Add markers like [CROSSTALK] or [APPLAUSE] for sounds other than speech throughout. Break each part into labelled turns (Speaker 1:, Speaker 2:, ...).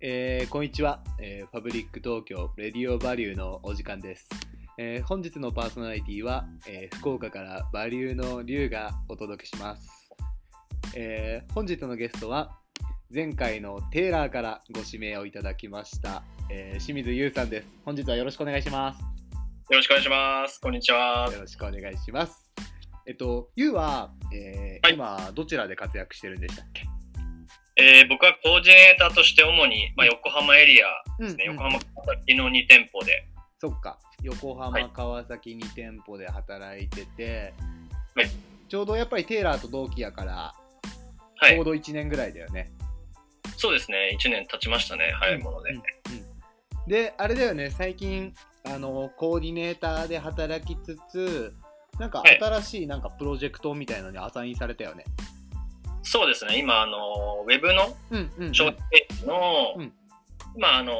Speaker 1: えーこんにちは、えーファブリック東京レディオバリューのお時間です、えー本日のパーソナリティは、えー福岡からバリューの龍がお届けします、えー本日のゲストは前回のテイラーからご指名をいただきました、えー清水優さんです本日はよろしくお願いします
Speaker 2: よろしくお願いします。こんにちは。
Speaker 1: よろしくお願いしますえっと、ゆうは、えー
Speaker 2: はい
Speaker 1: 今どちらで活躍してるんでしたっけ、
Speaker 2: えー僕はコーディネーターとして主に、まあ、横浜エリアですね、
Speaker 1: うんうん
Speaker 2: 横浜川崎の2店舗で、
Speaker 1: そっか横浜、
Speaker 2: はい
Speaker 1: 川崎2店舗で働いてて、
Speaker 2: はい
Speaker 1: ちょうどやっぱりテイラーと同期やから、
Speaker 2: は
Speaker 1: ちょう
Speaker 2: い、
Speaker 1: ど1年ぐらいだよね。
Speaker 2: そうですね、1年経ちましたね、早いもので。
Speaker 1: うんうんであれだよね最近あのコーディネーターで働きつつなんか
Speaker 2: はい
Speaker 1: 新しいなんかプロジェクトみたいなのにアサインされたよね。
Speaker 2: そうですね、今、あのウェブの
Speaker 1: うんうんうん
Speaker 2: 商品ページの、
Speaker 1: うん
Speaker 2: 今、あの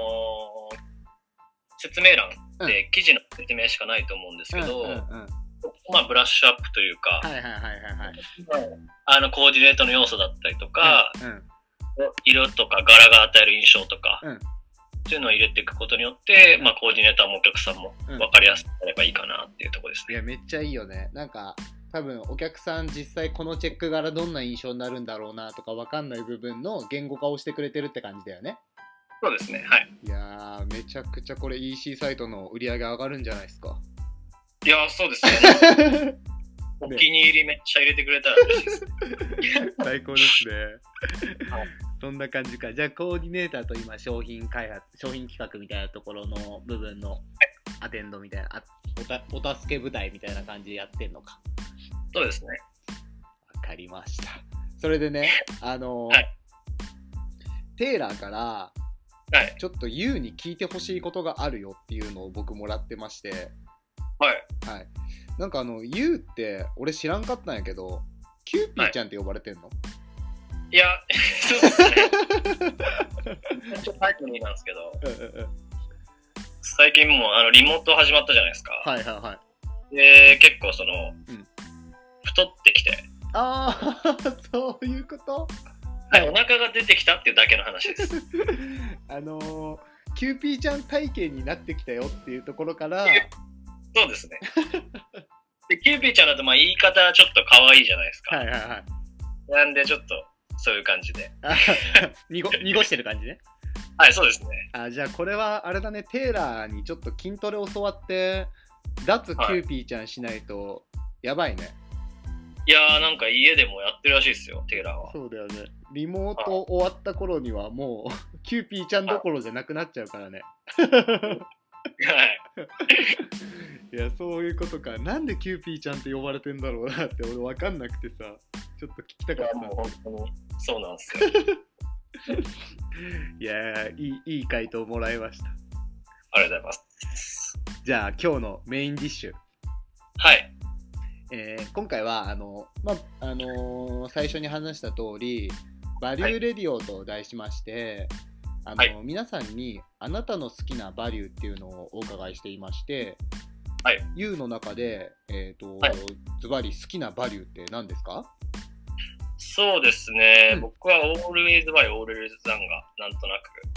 Speaker 2: 説明欄で記事の説明しかないと思うんですけど、
Speaker 1: うんうんうん
Speaker 2: まあ、ブラッシュアップというか、
Speaker 1: はいはいはいはいはい。
Speaker 2: あのコーディネートの要素だったりとか、
Speaker 1: うんうん
Speaker 2: 色とか柄が与える印象とか、
Speaker 1: うん
Speaker 2: っていうのを入れていくことによって、まあ、コーディネーターもお客さんも
Speaker 1: うん
Speaker 2: 分かりやすくなればいいかなっていうところです
Speaker 1: い
Speaker 2: ね。
Speaker 1: やめっちゃいいよねなんか多分お客さん実際このチェック柄どんな印象になるんだろうなとかわかんない部分の言語化をしてくれてるって感じだよね
Speaker 2: そうですね。はい。
Speaker 1: いやーめちゃくちゃこれ EC サイトの売り上げ上がるんじゃないですか
Speaker 2: いや、そうですね。
Speaker 1: [LAUGHS]
Speaker 2: お
Speaker 1: ね
Speaker 2: 気に入りめっちゃ入れてくれたら嬉しいです。
Speaker 1: [LAUGHS] 最高ですね
Speaker 2: はい
Speaker 1: そんな感じかじゃあコーディネーターと今商品開発商品企画みたいなところの部分のアテンドみたいなあおたお助け部隊みたいな感じでやってんのか
Speaker 2: そうですね。
Speaker 1: わかりました。それでね、 [LAUGHS] あのー
Speaker 2: はい
Speaker 1: テイラーから、
Speaker 2: はい
Speaker 1: ちょっと YOU に聞いてほしいことがあるよっていうのを僕もらってまして、
Speaker 2: はい。
Speaker 1: はい、なんかあの YOU って俺知らんかったんやけど、キューピーちゃんって呼ばれてんの、
Speaker 2: いや、 [LAUGHS] そうですね。ちょっと最近なんですけど、
Speaker 1: うんうんうん
Speaker 2: 最近もうあのリモート始まったじゃないですか。
Speaker 1: はいはいはい。
Speaker 2: で、結構その、
Speaker 1: ん
Speaker 2: 太ってきて、
Speaker 1: ああ、 [LAUGHS] そういうこと [LAUGHS]
Speaker 2: はい、お腹が出てきたっていうだけの話です。
Speaker 1: あのーキューピーちゃん体型になってきたよっていうところから、
Speaker 2: そうですね。 [LAUGHS] で、キューピーちゃんだとまあ言い方ちょっと可愛いじゃないですか。
Speaker 1: はいはいはい
Speaker 2: なんでちょっとそういう感じで。
Speaker 1: あ。濁濁してる感じね。
Speaker 2: はい、そうですね。
Speaker 1: あじゃあこれはあれだねテイラーにちょっと筋トレ教わって脱キ
Speaker 2: はい
Speaker 1: ューピーちゃんしないとやばいね、
Speaker 2: いやーなんか家でもやってるらしいですよ、テイラーは。
Speaker 1: そうだよねリモート終わった頃にはもう [LAUGHS] キューピーちゃんどころじゃなくなっちゃうからね
Speaker 2: はい。
Speaker 1: いやそういうことかなんでキューピーちゃんって呼ばれてんだろうなって俺分かんなくてさちょっと聞きた
Speaker 2: い
Speaker 1: かっ
Speaker 2: や
Speaker 1: た
Speaker 2: もう本当にそうなんです
Speaker 1: [LAUGHS]
Speaker 2: よ。
Speaker 1: いやいいいい回答もらいました
Speaker 2: ありがとうございます。
Speaker 1: じゃあ今日のメインディッシュ
Speaker 2: はい。
Speaker 1: えー今回はあの、まああのー最初に話した通り「バリューレディオ」と題しまして、
Speaker 2: は
Speaker 1: あの皆さんにあなたの好きなバリューっていうのをお伺いしていまして、
Speaker 2: はい
Speaker 1: YOU の中で、えーと
Speaker 2: はい
Speaker 1: ズバリ好きなバリューって何ですか
Speaker 2: そうですね。
Speaker 1: うん
Speaker 2: 僕は Always by Always さんがなんとな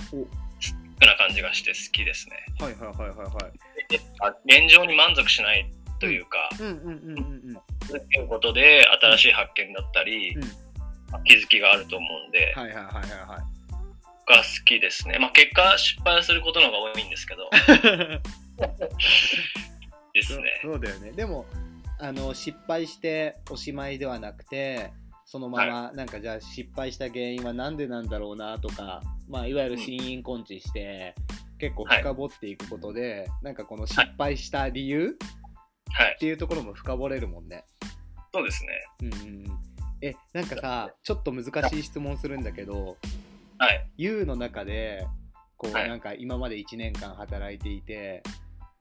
Speaker 2: く
Speaker 1: お
Speaker 2: 好きな感じがして好きですね。
Speaker 1: はいはいはいはいはい。
Speaker 2: あ現状に満足しないというか、
Speaker 1: うんうんうんうん
Speaker 2: 続けることで新しい発見だったり、
Speaker 1: うん
Speaker 2: 気づきがあると思うんで、
Speaker 1: はいはいはいはいはい。
Speaker 2: が好きですね。まあ結果失敗することの方が多いんです
Speaker 1: [LAUGHS]
Speaker 2: けど。です
Speaker 1: そう
Speaker 2: ね。
Speaker 1: そうだよねでもあの失敗しておしまいではなくてそのまま、なんかじゃあ失敗した原因は何でなんだろうなとか、まあ、いわゆる死因根治して、結構深掘っていくことで、なんかこの失敗した理由
Speaker 2: はい
Speaker 1: っ。ていうところも深掘れるもんね。
Speaker 2: そうですね。
Speaker 1: うんうんうん、えなんかさちょっと難しい質問するんだけど
Speaker 2: はい。
Speaker 1: YOU の中でこう、
Speaker 2: はい
Speaker 1: なんか今まで1年間働いていて、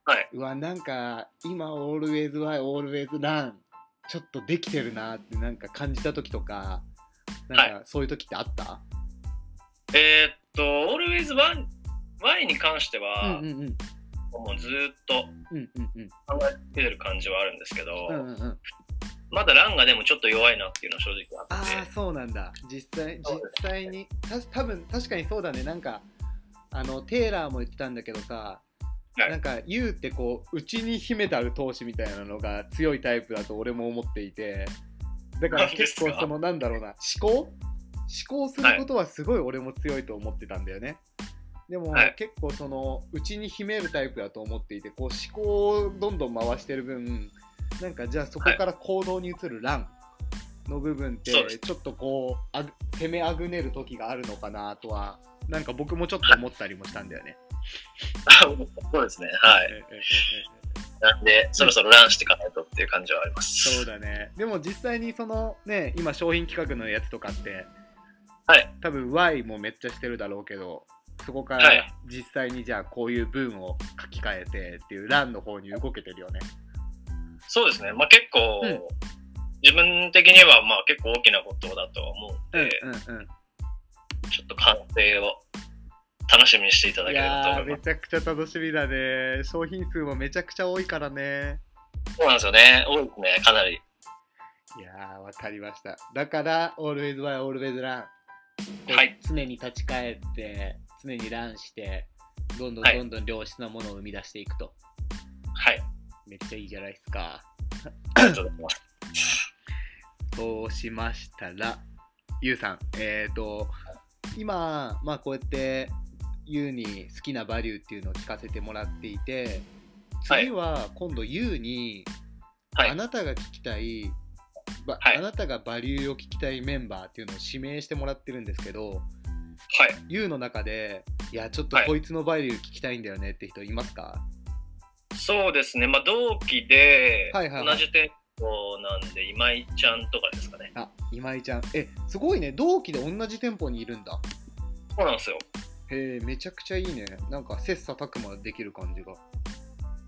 Speaker 2: はい。
Speaker 1: うわなんか今オールウェイズワイオールウェイズランちょっとできてるなってなんか感じた時とかなんかそういう時ってあった、
Speaker 2: えーっと、Always One, One に関しては、
Speaker 1: うんうんうん
Speaker 2: もうずーっと
Speaker 1: うんうんうん
Speaker 2: 考えてる感じはあるんですけど、
Speaker 1: うんうんうん
Speaker 2: まだランがでもちょっと弱いなっていうのは正直あ
Speaker 1: あ
Speaker 2: って
Speaker 1: あ、そうなんだ実際
Speaker 2: そ
Speaker 1: 実
Speaker 2: うです
Speaker 1: 際にた多分確かにそうだねなんかあのテーラーも言ってたんだけどさ、
Speaker 2: はい
Speaker 1: なんか YOU ってこう内に秘めたる闘志みたいなのが強いタイプだと俺も思っていてだから
Speaker 2: 何です
Speaker 1: 結
Speaker 2: か
Speaker 1: 構そのなんだろうな思考思考することはすごい俺も強いと思ってたんだよね、でも、
Speaker 2: はい
Speaker 1: 結構その内に秘めるタイプだと思っていてこう思考をどんどん回してる分なんかじゃあそこから行動に移る欄の部分って
Speaker 2: そうです
Speaker 1: ちょっとこうあぐ攻めあぐねる時があるのかなとはなんか僕もちょっと思ったりもしたんだよね。
Speaker 2: [LAUGHS] そうですね。はい。
Speaker 1: ええええええ
Speaker 2: なんで、そろそろランしていかないとっていう感じはあります。
Speaker 1: そうだね。でも実際にそのね今商品企画のやつとかって、
Speaker 2: はい、
Speaker 1: 多分 Y もめっちゃしてるだろうけどそこか
Speaker 2: は
Speaker 1: ら
Speaker 2: い
Speaker 1: 実際にじゃあこういう文を書き換えてっていう欄の方に動けてるよね。
Speaker 2: そうですね。まあ結構、
Speaker 1: うん
Speaker 2: 自分的にはまあ結構大きなことだとは思うんで、
Speaker 1: うんうん
Speaker 2: ちょっと完成を楽しみにしていただ
Speaker 1: い
Speaker 2: ければと
Speaker 1: や
Speaker 2: 思
Speaker 1: ー
Speaker 2: いま
Speaker 1: めちゃくちゃ楽しみだね商品数もめちゃくちゃ多いからね
Speaker 2: す。そうなんですよね。多いですね。かなり。
Speaker 1: いやーわかりましただから「Always Why Always Run」こう
Speaker 2: はい
Speaker 1: 常に立ち返って常にランしてどんどん
Speaker 2: はい
Speaker 1: どんどん良質なものを生み出していくと、
Speaker 2: はい。
Speaker 1: めっちゃいいじゃないですか
Speaker 2: ありがとうございます。
Speaker 1: そうしましたらゆうさんえっ、ー、と今まあこうやってゆうに好きなバリューっていうのを聞かせてもらっていて次は今度ゆうに、
Speaker 2: はい
Speaker 1: あなたが聞きたい、ば
Speaker 2: はい
Speaker 1: あなたがバリューを聞きたいメンバーっていうのを指名してもらってるんですけど
Speaker 2: はい。
Speaker 1: ゆうの中でいやちょっと
Speaker 2: はい
Speaker 1: こいつのバリュー聞きたいんだよねって人いますか、
Speaker 2: そうですね、まあ、同期で、
Speaker 1: はいはいはい
Speaker 2: 同じ店舗なんで、今井ちゃんとかですかね。
Speaker 1: あ今井ちゃんえすごいね同期で同じ店舗にいるんだ
Speaker 2: そうなんですよ。
Speaker 1: へえめちゃくちゃいいねなんか切磋琢磨できる感じが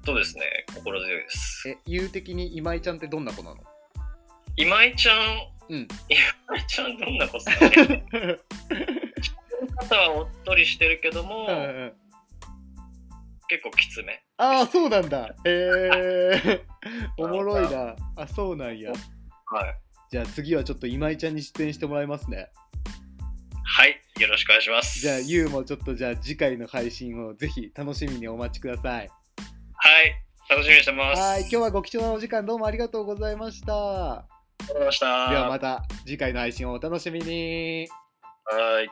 Speaker 2: そうですね、心強いです。
Speaker 1: えゆう的に今井ちゃんってどんな子 [LAUGHS] なの
Speaker 2: 今井ちゃん、
Speaker 1: うん
Speaker 2: 今井ちゃん、どんな子ですかね。方はおっとりしてるけど
Speaker 1: [LAUGHS]
Speaker 2: も、結構きつめ。
Speaker 1: ああそうなんだへ [LAUGHS] えおもろいなあそうなんや
Speaker 2: はい。
Speaker 1: じゃあ次はちょっと今井ちゃんに出演してもらいますね
Speaker 2: はい、よろしくお願いします。
Speaker 1: じゃあゆうもちょっとじゃあ次回の配信をぜひ楽しみにお待ちください
Speaker 2: はい、楽しみにしてます。
Speaker 1: はい今日はご貴重なお時間どうもありがとうございました
Speaker 2: ありがとうございました。
Speaker 1: ではまた次回の配信をお楽しみに
Speaker 2: はい。